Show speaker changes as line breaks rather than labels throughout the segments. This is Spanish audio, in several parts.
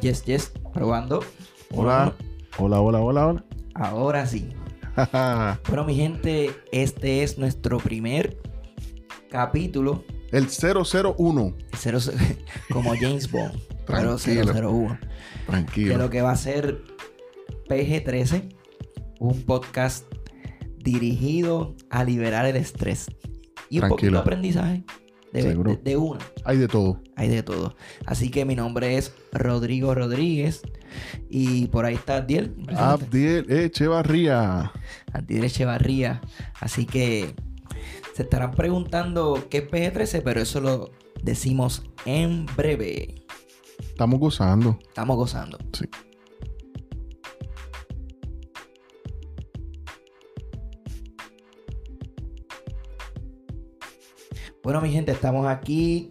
Yes, yes, probando.
Hola, hola, hola, hola, hola.
Ahora sí.
Ajá.
Bueno, mi gente, este es nuestro primer capítulo.
El 001.
el cero- como James Bond. pero
Tranquilo.
001. de
Tranquilo.
lo que va a ser PG-13, un podcast dirigido a liberar el estrés. Y un poquito
Tranquilo.
de aprendizaje. De,
Seguro.
de- de una.
Hay de todo.
Hay de todo. Así que mi nombre es Rodrigo Rodríguez. Y por ahí está Abdiel.
Ah,
preséntate.
Abdiel Echevarría.
Abdiel Echevarría. Así que se estarán preguntando qué es PG-13, pero eso lo decimos en breve.
Estamos gozando.
Estamos gozando.
Sí.
Bueno, mi gente, estamos aquí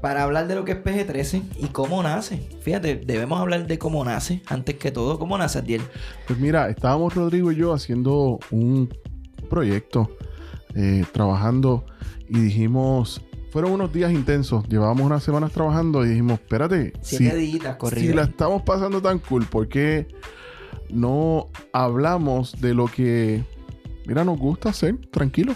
para hablar de lo que es PG-13 y cómo nace. Fíjate, debemos hablar de cómo nace, antes que todo, cómo nace, Adiel.
Pues mira, estábamos Rodrigo y yo haciendo un proyecto, eh, trabajando y dijimos, fueron unos días intensos, llevábamos unas semanas trabajando y dijimos, espérate,
Siete
si-
días
Si la
corridas.
estamos pasando tan cool, ¿por qué no hablamos de lo que, mira, nos gusta hacer? Tranquilo.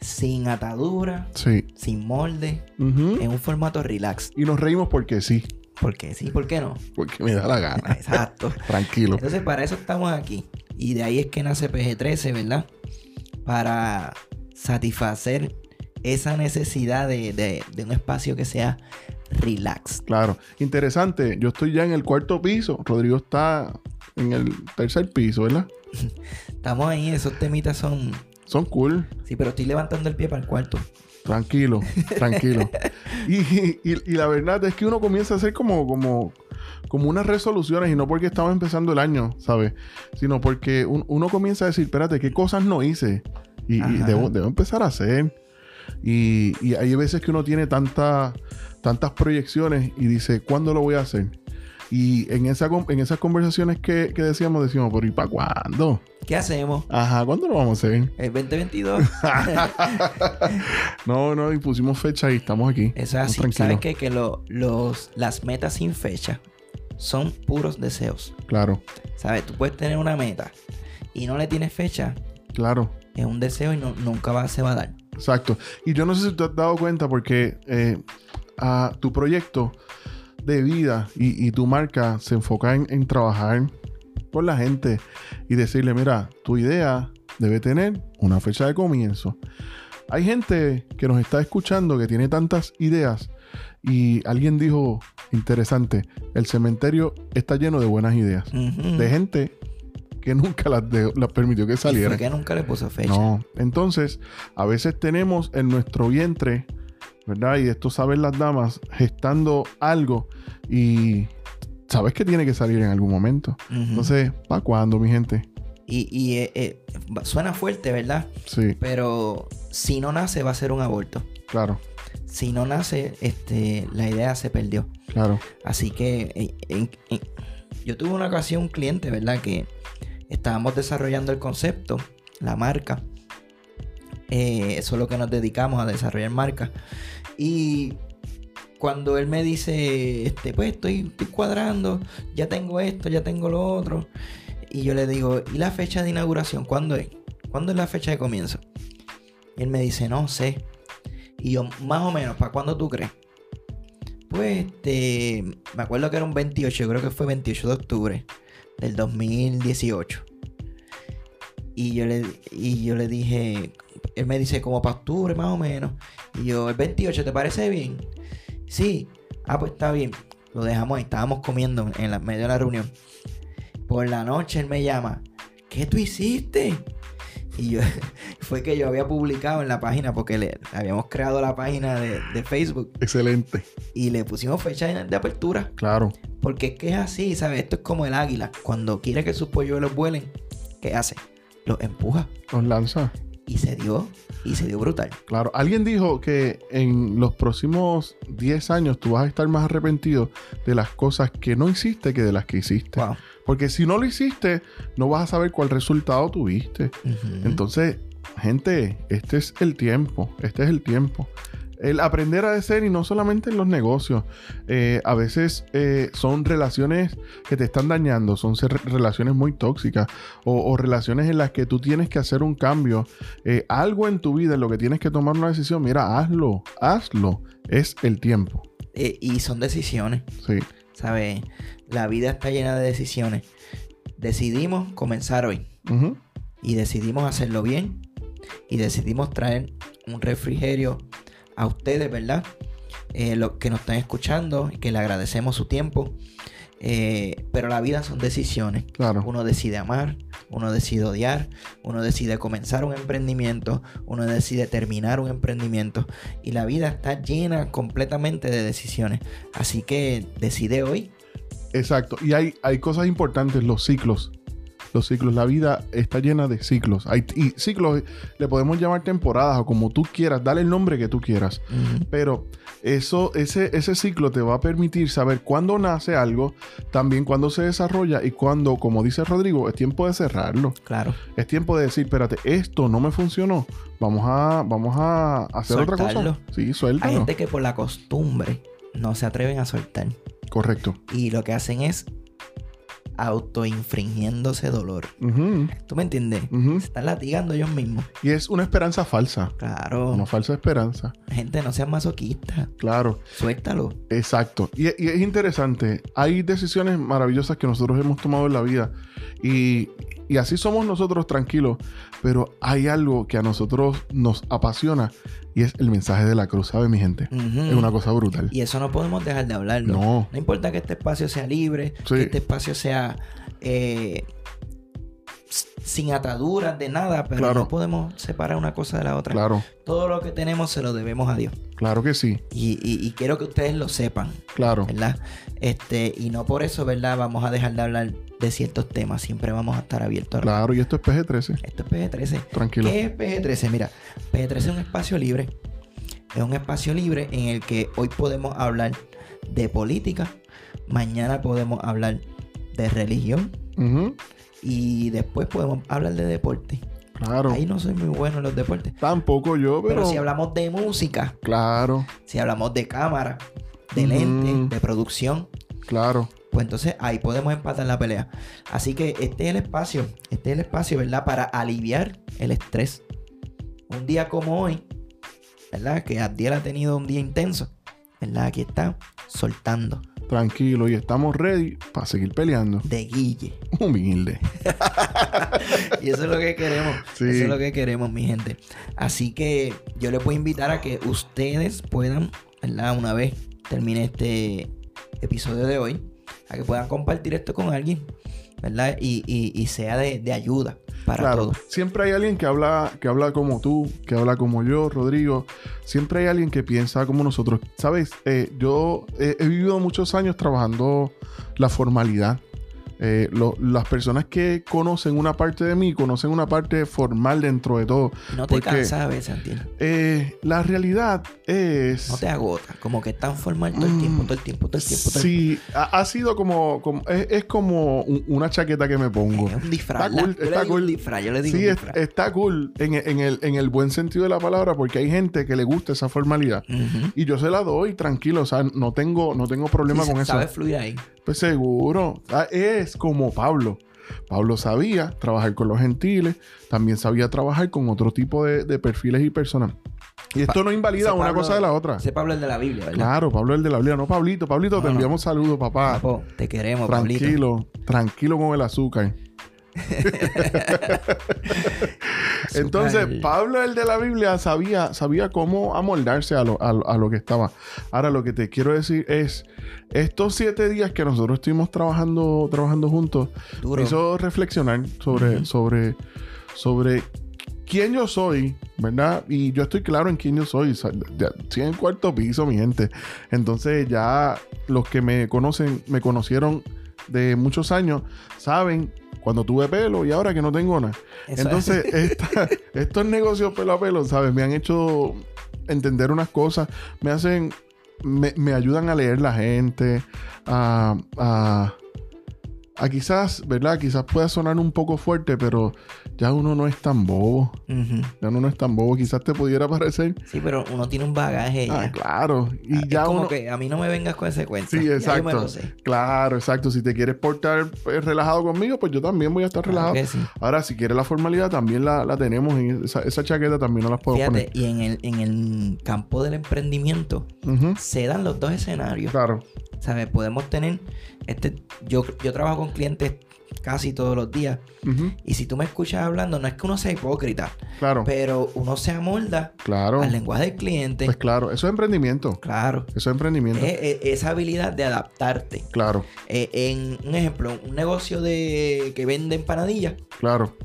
Sin atadura,
Sí.
sin molde,
Ujú.
en un formato relax.
Y nos reímos porque sí,
¿Por qué sí? ¿Por qué no?
porque me da la gana.
Exacto.
Tranquilo.
Entonces, para eso estamos aquí. Y de ahí es que nace PG-13, ¿verdad? Para satisfacer esa necesidad de, de- de un espacio que sea relax.
Claro. Interesante, yo estoy ya en el cuarto piso, Rodrigo está en el tercer piso, ¿verdad?
Estamos ahí, esos temitas son.
Son cool.
Sí, pero estoy levantando el pie para el cuarto.
Tranquilo, tranquilo. Y, y- y la verdad es que uno comienza a hacer como, como, como unas resoluciones y no porque estamos empezando el año, ¿sabes? Sino porque un- uno comienza a decir, espérate, ¿qué cosas no hice? Y, y
Ajá.
debo, debo empezar a hacer. Y, y hay veces que uno tiene tanta- tantas proyecciones y dice, ¿cuándo lo voy a hacer? Y en, esa, con- en esas conversaciones que, que decíamos, decíamos, pero ¿y para cuándo?
¿Qué hacemos?
Ajá, ¿cuándo lo vamos a hacer?
El 2022.
No, no, y pusimos fecha y estamos aquí.
Eso es
Estamos
así. ¿Sabes
tranquilos.
qué? Que lo- los, las metas sin fecha son puros deseos.
Claro,
¿Sabes? Tú puedes tener una meta y no le tienes fecha.
claro.
Es un deseo y no- nunca va, se va a dar.
Exacto. Y yo no sé si te has dado cuenta porque eh, a tu proyecto de vida y, y tu marca se enfoca en, en trabajar con la gente y decirle, mira, tu idea debe tener una fecha de comienzo. Hay gente que nos está escuchando que tiene tantas ideas y alguien dijo, interesante, el cementerio está lleno de buenas ideas,
Ujú.
de gente que nunca las, dejó- las permitió que
Y
salieran.
fue que nunca le puso fecha.
No. Entonces, a veces tenemos en nuestro vientre, ¿verdad? Y de esto saben las damas, gestando algo y sabes que tiene que salir en algún momento.
Ujú.
Entonces, ¿para cuándo, mi gente?
y y, eh, eh, va- suena fuerte, ¿verdad?
Sí,
Pero si no nace, va a ser un aborto.
claro,
Si no nace, este, la idea se perdió.
claro.
Así que eh, en- en- yo tuve una ocasión, un cliente, ¿verdad? Que estábamos desarrollando el concepto, la marca. Eh, eso es lo que nos dedicamos a desarrollar marcas. Y cuando él me dice, este, pues estoy, estoy cuadrando, ya tengo esto, ya tengo lo otro. Y yo le digo, ¿y la fecha de inauguración? ¿Cuándo es? ¿Cuándo es la fecha de comienzo? Y él me dice, no sé. Y yo, más o menos, ¿para cuándo tú crees? Pues este, me acuerdo que era un 28, yo creo que fue 28 de octubre del 2018. Y yo le, y yo le dije, él me dice como para octubre más o menos. Y yo, el 28, ¿te parece bien? Sí, ah, pues está bien. Lo dejamos ahí, estábamos comiendo en la, medio de la reunión. Por la noche él me llama, ¿qué tú hiciste? Y yo, fue que yo había publicado en la página, porque le, habíamos creado la página de- de Facebook
Excelente.
y le pusimos fecha de, de apertura.
Claro,
Porque es que es así, ¿sabes? Esto es como el águila. Cuando quiere que sus polluelos vuelen, ¿qué hace? Los empuja.
nos lanza.
Y se dio, y se dio brutal.
Claro. Alguien dijo que en los próximos 10 años tú vas a estar más arrepentido de las cosas que no hiciste que de las que hiciste.
Wow.
Porque si no lo hiciste, no vas a saber cuál resultado tuviste.
Ujú.
Entonces, gente, este es el tiempo, este es el tiempo. El aprender a ser y no solamente en los negocios. Eh, a veces eh, son relaciones que te están dañando, son ser- relaciones muy tóxicas o, o relaciones en las que tú tienes que hacer un cambio. Eh, algo en tu vida en lo que tienes que tomar una decisión, mira, hazlo, hazlo. Es el tiempo.
Eh, y son decisiones,
Sí,
¿sabes? La vida está llena de decisiones. Decidimos comenzar hoy
Ujú.
y decidimos hacerlo bien y decidimos traer un refrigerio a ustedes, ¿verdad? Eh, los que nos están escuchando y que le agradecemos su tiempo. Eh, pero la vida son decisiones.
claro.
Uno decide amar, uno decide odiar, uno decide comenzar un emprendimiento, uno decide terminar un emprendimiento. Y la vida está llena completamente de decisiones. Así que decide hoy.
Exacto. Y hay, hay cosas importantes, los ciclos. Los ciclos, la vida está llena de ciclos. Hay, y ciclos le podemos llamar temporadas o como tú quieras, dale el nombre que tú quieras. Pero eso, ese, ese ciclo te va a permitir saber cuándo nace algo, también cuándo se desarrolla y cuándo, como dice Rodrigo, es tiempo de cerrarlo.
Claro.
Es tiempo de decir, espérate, esto no me funcionó. Vamos a, vamos a hacer otra
Soltarlo.
cosa. Sí,
Hay
suéltalo.
gente que por la costumbre no se atreven a soltar.
Correcto.
Y lo que hacen es autoinfringiéndose dolor.
Ujú,
¿Tú me entiendes?
ujú.
Se están latigando ellos mismos.
Y es una esperanza falsa.
Claro.
Una falsa esperanza.
Gente, no seas masoquista.
Claro.
Suéltalo.
Exacto. Y, y es interesante. Hay decisiones maravillosas que nosotros hemos tomado en la vida. Y, y así somos nosotros tranquilos. Pero hay algo que a nosotros nos apasiona. Y es el mensaje de la cruz, ¿sabe, mi gente?
Ujú.
Es una cosa brutal.
Y eso no podemos dejar de hablarlo.
No.
No importa que este espacio sea libre,
Sí.
que este espacio sea eh, s- sin ataduras de nada, pero
Claro.
no podemos separar una cosa de la otra.
Claro,
Todo lo que tenemos se lo debemos a Dios.
claro que sí.
Y, y- y quiero que ustedes lo sepan,
Claro.
¿verdad? Este, y no por eso, ¿verdad? Vamos a dejar de hablar de ciertos temas. Siempre vamos a estar abiertos. a-
Claro, y esto es PG-13.
Esto es PG-13.
Tranquilo.
¿Qué es PG-13? Mira, PG-13 es un espacio libre. Es un espacio libre en el que hoy podemos hablar de política, mañana podemos hablar de religión
Ujú,
y después podemos hablar de deporte.
Claro.
Ahí no soy muy bueno en los deportes.
Tampoco yo,
Pero
pero...
si hablamos de música,
Claro,
si hablamos de cámara, de
Ujú.
lente, de producción,
claro.
pues entonces ahí podemos empatar la pelea. Así que este es el espacio, este es el espacio, ¿verdad? Para aliviar el estrés. Un día como hoy, ¿verdad? Que Abdiel ha tenido un día intenso, ¿verdad? Aquí está, soltando
Tranquilo. Y estamos ready para seguir peleando.
de guille.
Humilde.
Y eso es lo que queremos.
Sí.
Eso es lo que queremos, mi gente. Así que yo les voy a invitar a que ustedes puedan, ¿verdad? Una vez termine este episodio de hoy, a que puedan compartir esto con alguien, ¿verdad? Y, y- y sea de, de ayuda para
claro,
todos.
siempre hay alguien que habla, que habla como tú, que habla como yo, Rodrigo. Siempre hay alguien que piensa como nosotros. Sabes, Eh, yo eh, he vivido muchos años trabajando la formalidad. Eh, lo- las personas que conocen una parte de mí, conocen una parte formal dentro de todo.
No te
porque-
cansas a veces, Antiel.
Eh, la realidad es...
No te agotas. Como que tan formal todo el tiempo,
Mm,
todo el tiempo, todo el tiempo. Todo el
Sí, ha, ha sido como... como- es, es como un- una chaqueta que me pongo.
tiempo. Es un disfraz.
Está cool,
yo le
está
digo un
cool.
disfraz, yo le digo
Sí,
un
es-
disfraz.
está cool en, en el, en el buen sentido de la palabra porque hay gente que le gusta esa formalidad.
Ujú.
Y yo se la doy tranquilo, o sea, no tengo, no tengo problema
Sí,
con eso.
sabes fluir ahí.
Pues seguro, Ah, es como Pablo. Pablo sabía trabajar con los gentiles, también sabía trabajar con otro tipo de, de perfiles y personas. Y esto no invalida
Ese
una
Pablo-
cosa de la otra.
Ese Pablo es de la Biblia, ¿verdad?
Claro, Pablo el de la Biblia, no Pablito, Pablito,
No,
te
no.
enviamos saludos, papá.
Papo, te queremos, Pablito.
Tranquilo, tranquilo con el azúcar. Entonces,
Azúcar.
Pablo, el de la Biblia, sabía, sabía cómo amoldarse a lo, a lo- a lo que estaba. Ahora, lo que te quiero decir es, estos siete días que nosotros estuvimos trabajando, trabajando juntos,
Duro.
me hizo reflexionar sobre,
Ujú.
sobre, sobre quién yo soy, ¿verdad? Y yo estoy claro en quién yo soy. sa- ya Estoy en el cuarto piso, mi gente. Entonces ya los que me conocen, me conocieron de muchos años, saben cuando tuve pelo y ahora que no tengo nada.
Eso es.
Entonces, esta- estos negocios pelo a pelo, ¿sabes? Me han hecho entender unas cosas, me hacen, me, me ayudan a leer la gente, a, a, a quizás, ¿verdad? Quizás pueda sonar un poco fuerte, pero ya uno no es tan bobo.
Ujú.
Ya uno no es tan bobo. Quizás te pudiera parecer.
Sí, pero uno tiene un bagaje Eh, ya.
Ah, claro. Y
Ah, es
ya
como
uno.
que a mí no me vengas con ese cuento.
Sí,
Ya Yo me
exacto.
lo sé.
Claro, exacto. Si te quieres portar eh, relajado conmigo, pues yo también voy a estar
Claro
relajado.
que sí.
Ahora, si quieres la formalidad, también la, la tenemos. En esa, esa chaqueta también no las puedo
Fíjate, y en el, en el campo del emprendimiento
poner. Ujú.
se dan los dos escenarios.
Claro.
¿Sabes? Podemos tener. Este, yo, yo trabajo con clientes casi todos los días.
Ujú.
Y si tú me escuchas hablando, no es que uno sea hipócrita,
Claro.
pero uno se amolda
Claro.
al lenguaje del cliente.
Pues claro. Eso es emprendimiento.
claro.
Eso es emprendimiento.
Es- es- Eh, esa habilidad de adaptarte.
Claro,
Eh, en un ejemplo, un negocio de que vende empanadillas
claro.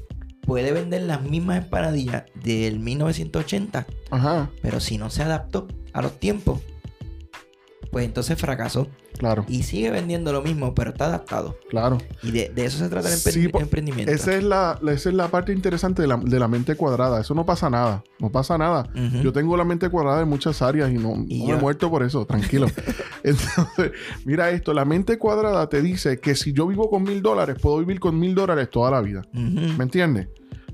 puede vender las mismas empanadillas del 1980,
Ajá.
pero si no se adaptó a los tiempos, pues entonces fracasó
Claro,
y sigue vendiendo lo mismo, pero está adaptado.
claro.
Y de, de eso se trata el, empre-
Sí, pues, po-
emprendimiento.
Esa es la, la- esa es la parte interesante de la, de la mente cuadrada. Eso no pasa nada. No pasa nada.
Ujú.
Yo tengo la mente cuadrada en muchas áreas y no,
Y
no
yo-
me he muerto por eso, tranquilo. Entonces, mira esto: la mente cuadrada te dice que si yo vivo con mil dólares, puedo vivir con mil dólares toda la vida.
Ujú.
¿Me entiendes?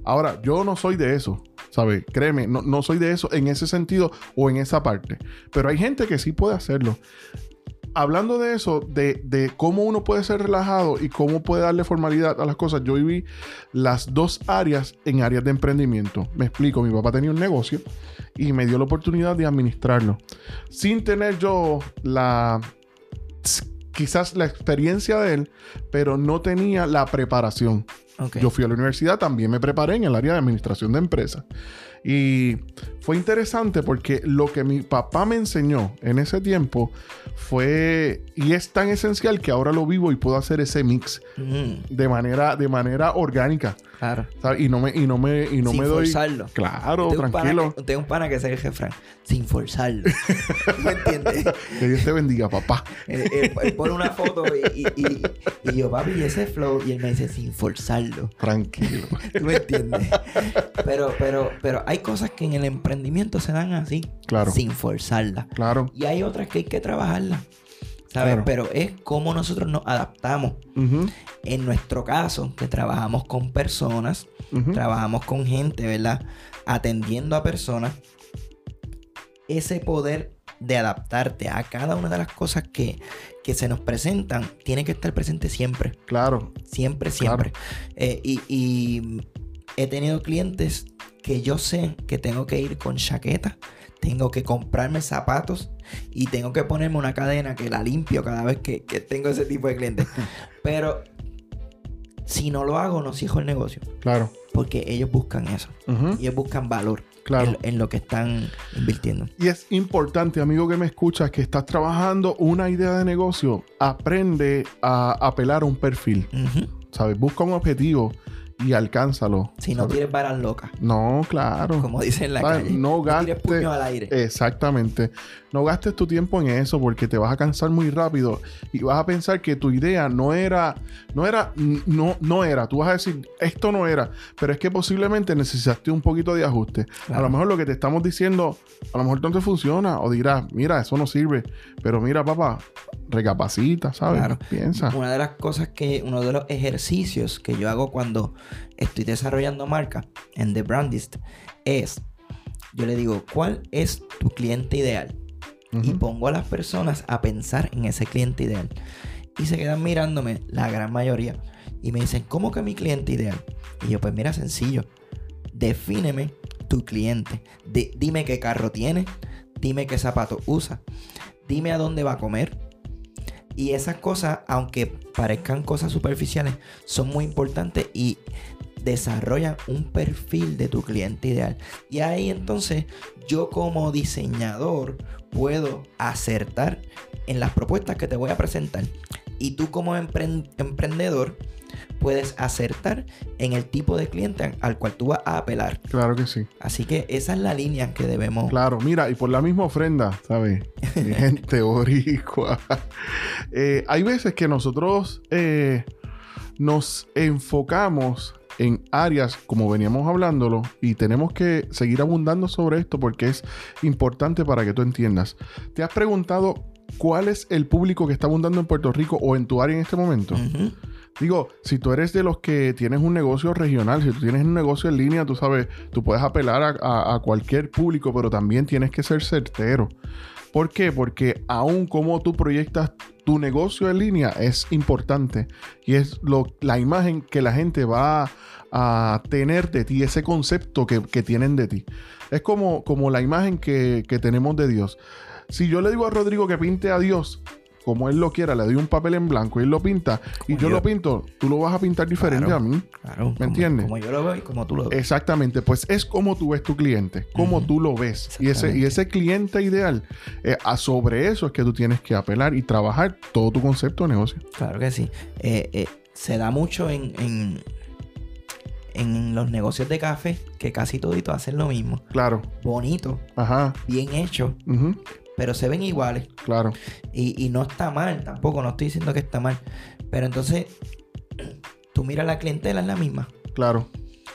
Ahora, yo no soy de eso, ¿sabes? Créeme, no, no soy de eso en ese sentido o en esa parte. Pero hay gente que sí puede hacerlo. Hablando de eso, de, de cómo uno puede ser relajado y cómo puede darle formalidad a las cosas, yo viví las dos áreas en áreas de emprendimiento. Me explico, mi papá tenía un negocio y me dio la oportunidad de administrarlo. Sin tener yo la, quizás la experiencia de él, pero no tenía la preparación.
Ok.
Yo fui a la universidad, también me preparé en el área de administración de empresas. Y fue interesante porque lo que mi papá me enseñó en ese tiempo fue, y es tan esencial que ahora lo vivo y puedo hacer ese mix
Ujú.
de manera, de manera orgánica.
Claro.
¿sabes? Y no me, y no me, y no
Sin
me doy.
forzarlo.
Claro,
Tengo un pana
tranquilo.
que- tengo un pana que es el jefran, sin forzarlo. ¿Me entiendes?
Que Dios te bendiga, papá.
Él, él- él Eh, pone una foto y, y- y- y yo, papi, ¿y ese flow. Y él me dice, sin forzarlo.
Tranquilo.
¿Tú me entiendes? Pero, pero, pero hay cosas que en el emprendimiento se dan así,
Claro.
sin forzarlas.
Claro.
Y hay otras que hay que trabajarlas. ¿Sabes?
Claro.
Pero es cómo nosotros nos adaptamos.
Ujú,
En nuestro caso, que trabajamos con personas,
ujú.
trabajamos con gente, ¿verdad? Atendiendo a personas. Ese poder de adaptarte a cada una de las cosas que, que se nos presentan tiene que estar presente siempre,
Claro.
siempre, siempre. Eh, y, y he tenido clientes que yo sé que tengo que ir con chaqueta, tengo que comprarme zapatos y tengo que ponerme una cadena que la limpio cada vez que, que tengo ese tipo de clientes. Pero si no lo hago, no sigo el negocio
Claro.
porque ellos buscan eso.
Ujú,
Ellos buscan valor
Claro.
en, en lo que están invirtiendo.
Y es importante, amigo que me escuchas, que estás trabajando una idea de negocio, aprende a apelar a un perfil,
Ujú.
¿sabes? Busca un objetivo y alcánzalo.
Si no
¿sabes?
tienes varas locas,
No, claro.
como dicen en la
¿Sabes?
calle,
No eh,
tires
gastes.
puño al aire.
Exactamente. No gastes tu tiempo en eso porque te vas a cansar muy rápido y vas a pensar que tu idea no era, no era, no, no era. Tú vas a decir, esto no era, pero es que posiblemente necesitaste un poquito de ajuste. A
Claro.
lo mejor lo que te estamos diciendo, a lo mejor no te funciona o dirás, mira, eso no sirve, pero mira, papá, recapacita, ¿sabes?
Claro.
Piensa.
Una de las cosas que, uno de los ejercicios que yo hago cuando estoy desarrollando marca en The Brandist es, yo le digo, ¿cuál es tu cliente ideal? Y
Ujú.
pongo a las personas a pensar en ese cliente ideal. Y se quedan mirándome, la gran mayoría. Y me dicen, ¿cómo que mi cliente ideal? Y yo, pues mira, sencillo. Defíneme tu cliente. Di- dime qué carro tiene. Dime qué zapato usa. Dime a dónde va a comer. Y esas cosas, aunque parezcan cosas superficiales, son muy importantes y desarrollan un perfil de tu cliente ideal. Y ahí entonces yo como diseñador puedo acertar en las propuestas que te voy a presentar. Y tú como empren- emprendedor puedes acertar en el tipo de cliente al cual tú vas a apelar.
Claro que sí.
Así que esa es la línea que debemos...
Claro, mira, y por la misma ofrenda, ¿sabes? Mi gente boricua. Eh, hay veces que nosotros eh, nos enfocamos en áreas, como veníamos hablándolo, y tenemos que seguir abundando sobre esto porque es importante para que tú entiendas. ¿Te has preguntado cuál es el público que está abundando en Puerto Rico o en tu área en este momento?
Ujú.
Digo, si tú eres de los que tienes un negocio regional, si tú tienes un negocio en línea, tú sabes, tú puedes apelar a, a- a cualquier público, pero también tienes que ser certero. ¿Por qué? Porque aún como tú proyectas tu negocio en línea es importante y es lo, la imagen que la gente va a tener de ti, ese concepto que, que tienen de ti. Es como, como la imagen que, que tenemos de Dios. Si yo le digo a Rodrigo que pinte a Dios como él lo quiera, le doy un papel en blanco y él lo pinta y
Como
yo
yo.
lo pinto, tú lo vas a pintar diferente
Claro.
a mí.
Claro. ¿Me
entiendes?
Como yo lo veo y como tú lo ves.
Exactamente, pues es como tú ves tu cliente, como
Ujú.
tú lo ves. Y ese, y
Exactamente.
ese cliente ideal, eh, a sobre eso es que tú tienes que apelar y trabajar todo tu concepto de negocio.
Claro que sí. Eh, eh, se da mucho en, en, en los negocios de café que casi toditos hacen lo mismo.
Claro,
Bonito,
ajá,
bien hecho,
ujú,
pero se ven iguales.
claro,
Y, y no está mal tampoco, no estoy diciendo que está mal. Pero entonces, tú miras la clientela, es la misma.
claro.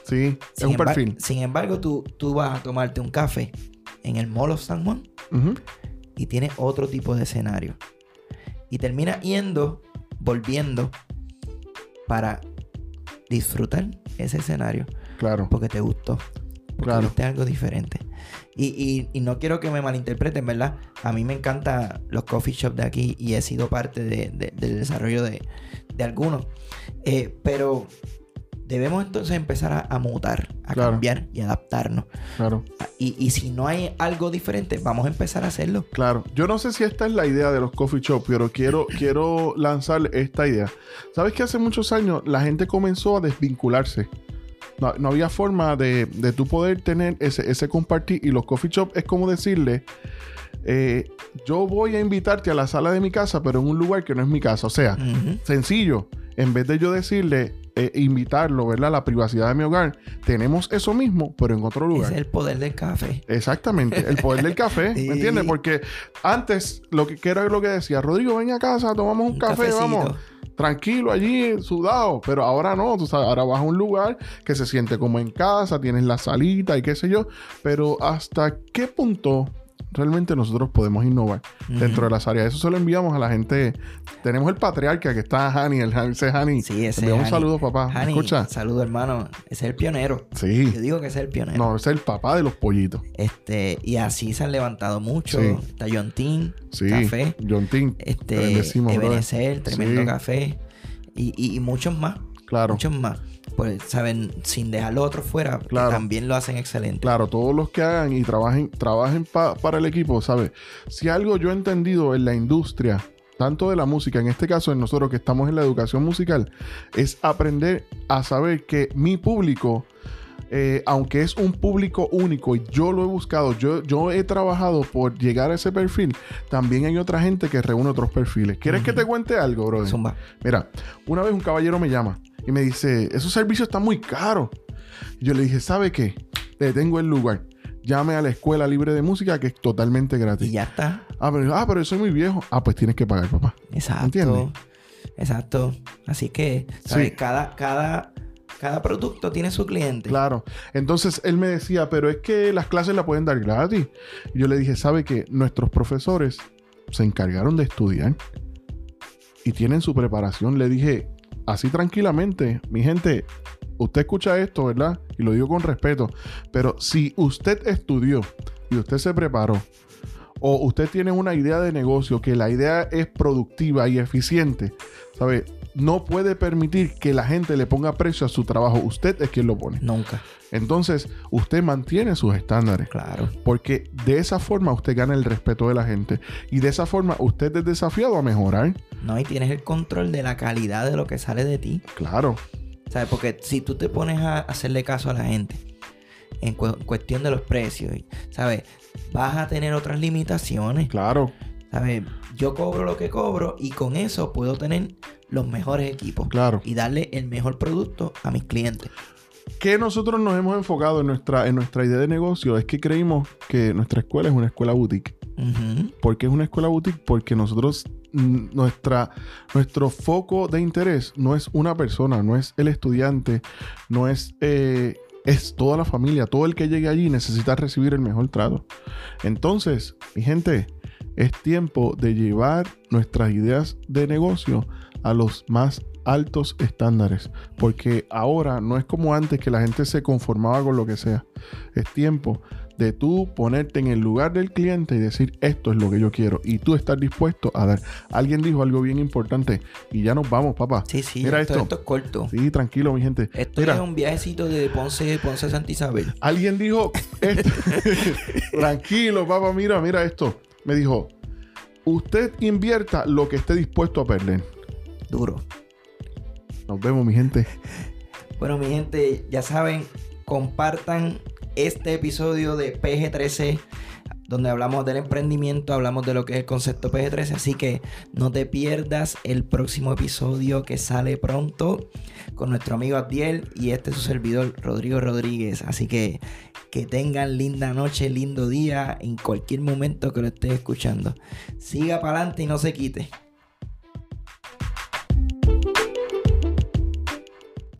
Sí, es
Sin
un
embar-
perfil.
Sin embargo, tú, tú vas a tomarte un café en el Mall of San Juan
Ujú,
y tienes otro tipo de escenario. Y termina yendo, volviendo para disfrutar ese escenario
Claro,
porque te gustó. Porque
Claro.
viste algo diferente. Y, y- y no quiero que me malinterpreten, ¿verdad? A mí me encantan los coffee shops de aquí y he sido parte de- de- del desarrollo de, de algunos. Eh, pero debemos entonces empezar a, a mutar, a
Claro.
cambiar y adaptarnos. Ah,
claro,
Y, y si no hay algo diferente, vamos a empezar a hacerlo.
claro. Yo no sé si esta es la idea de los coffee shop, pero quiero, quiero lanzar esta idea. ¿Sabes que hace muchos años la gente comenzó a desvincularse? No, no había forma de, de tú poder tener ese, ese compartir. Y los coffee shop es como decirle, eh, yo voy a invitarte a la sala de mi casa, pero en un lugar que no es mi casa. O sea,
Ujú.
sencillo. En vez de yo decirle, eh, invitarlo, ¿verdad? a La privacidad de mi hogar. Tenemos eso mismo, pero en otro lugar.
Ese es el poder del café.
Exactamente, el poder del café,
Sí.
¿me entiendes? Porque antes lo que, que era lo que decía, Rodrigo, ven a casa, tomamos un,
Un
café,
cafecito.
vamos, tranquilo allí, sudado, pero ahora no, tú sabes, ahora vas a un lugar que se siente como en casa, tienes la salita y qué sé yo, pero hasta qué punto realmente nosotros podemos innovar
Ujú.
dentro de las áreas. Eso se lo enviamos a la gente. Tenemos el patriarca que está Hani, el Hani, ese Hani.
Sí, ese
Te enviamos
Hani.
un saludo, papá. ¿Me
Hani,
escucha?
saludo hermano. Es el pionero. Yo
Sí.
digo que es el pionero.
No, es el papá de los pollitos.
Este, y así se han levantado mucho.
Sí.
Está John Tin,
Sí.
café.
John Tin. Te
Este,
bendecimos, brother.
Ebenezer, tremendo
Sí.
café. Y, y- y muchos más.
Claro.
Muchos más. Pues, saben, sin dejar los otros fuera, que
Claro.
también lo hacen excelente.
Claro, todos los que hagan y trabajen, trabajen pa- para el equipo, ¿sabes? Si algo yo he entendido en la industria, tanto de la música, en este caso en nosotros que estamos en la educación musical, es aprender a saber que mi público, eh, aunque es un público único y yo lo he buscado, yo, yo he trabajado por llegar a ese perfil, también hay otra gente que reúne otros perfiles. ¿Quieres que
Ujú.
te cuente algo, brother?
Zumba.
Mira, una vez un caballero me llama y me dice, esos servicios están muy caros. Yo le dije, ¿sabe qué? Le tengo el lugar. Llame a la Escuela Libre de Música que es totalmente
Y
gratis.
ya está.
Ah, pero, ah, pero yo soy muy viejo. Ah, pues tienes que pagar, papá.
Exacto.
¿Entiendes?
Exacto. Así que, ¿sabes? Cada, cada, cada producto tiene su cliente.
Claro. Entonces él me decía, pero es que las clases las pueden dar gratis. Y yo le dije, ¿sabe qué? Nuestros profesores se encargaron de estudiar y tienen su preparación. Le dije, así tranquilamente, mi gente, usted escucha esto, ¿verdad? Y lo digo con respeto, pero si usted estudió y usted se preparó, o usted tiene una idea de negocio que la idea es productiva y eficiente, ¿sabe? No puede permitir que la gente le ponga precio a su trabajo. Usted es quien lo pone.
Nunca.
Entonces, usted mantiene sus estándares.
Claro.
Porque de esa forma usted gana el respeto de la gente. Y de esa forma usted es desafiado a mejorar.
No, y tienes el control de la calidad de lo que sale de ti.
Claro,
¿Sabes? Porque si tú te pones a hacerle caso a la gente en cu- cuestión de los precios, y- ¿sabes? Vas a tener otras limitaciones.
claro,
¿Sabes? Yo cobro lo que cobro y con eso puedo tener los mejores equipos.
claro.
Y darle el mejor producto a mis clientes.
Que nosotros nos hemos enfocado en nuestra, en nuestra idea de negocio es que creímos que nuestra escuela es una escuela boutique.
Ujú.
¿Por qué es una escuela boutique? Porque nosotros, mm, nuestra, nuestro foco de interés no es una persona, no es el estudiante, no es, eh, es toda la familia. Todo el que llegue allí necesita recibir el mejor trato. Entonces, mi gente, es tiempo de llevar nuestras ideas de negocio a los más altos estándares, porque ahora no es como antes que la gente se conformaba con lo que sea. Es tiempo de tú ponerte en el lugar del cliente y decir esto es lo que yo quiero y tú estás dispuesto a dar. Alguien dijo algo bien importante y ya nos vamos, papá.
Sí, sí,
Mira
esto,
esto.
esto es corto.
Sí, tranquilo, mi gente.
Esto
Mira.
es un viajecito de Ponce, Ponce a Santa Isabel.
Alguien dijo, esto- tranquilo, papá, mira, mira esto. Me dijo, usted invierta lo que esté dispuesto a perder.
Duro.
Nos vemos, mi gente.
Bueno, mi gente, ya saben, compartan este episodio de PG13, donde hablamos del emprendimiento, hablamos de lo que es el concepto PG13, así que no te pierdas el próximo episodio que sale pronto con nuestro amigo Abdiel y este es su servidor, Rodrigo Rodríguez. Así que que tengan linda noche, lindo día, en cualquier momento que lo estés escuchando. Siga para adelante y no se quite.